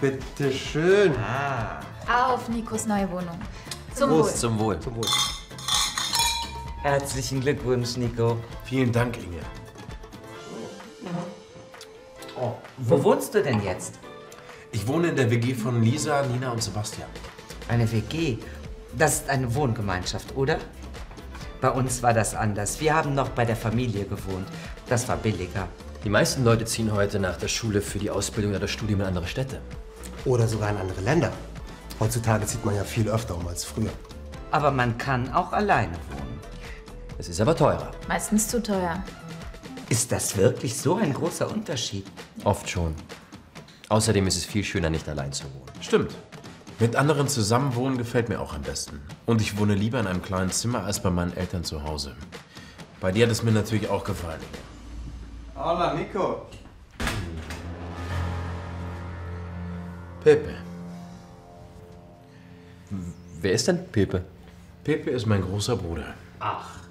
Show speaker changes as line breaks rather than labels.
Bitteschön.
Auf Nikos neue Wohnung. Zum
Prost,
Wohl.
zum Wohl.
Zum Wohl.
Herzlichen Glückwunsch, Nico.
Vielen Dank, Inge.
Oh, Wo wohnst du denn jetzt?
Ich wohne in der WG von Lisa, Nina und Sebastian.
Eine WG. Das ist eine Wohngemeinschaft, oder? Bei uns war das anders. Wir haben noch bei der Familie gewohnt. Das war billiger.
Die meisten Leute ziehen heute nach der Schule für die Ausbildung oder das Studium in andere Städte.
Oder sogar in andere Länder. Heutzutage zieht man ja viel öfter um als früher.
Aber man kann auch alleine wohnen.
Es ist aber teurer.
Meistens zu teuer.
Ist das wirklich so ein großer Unterschied?
Oft schon. Außerdem ist es viel schöner, nicht allein zu wohnen.
Stimmt. Mit anderen zusammenwohnen gefällt mir auch am besten. Und ich wohne lieber in einem kleinen Zimmer als bei meinen Eltern zu Hause. Bei dir hat es mir natürlich auch gefallen.
Hola, Nico.
Pepe.
Wer ist denn Pepe?
Pepe ist mein großer Bruder.
Ach.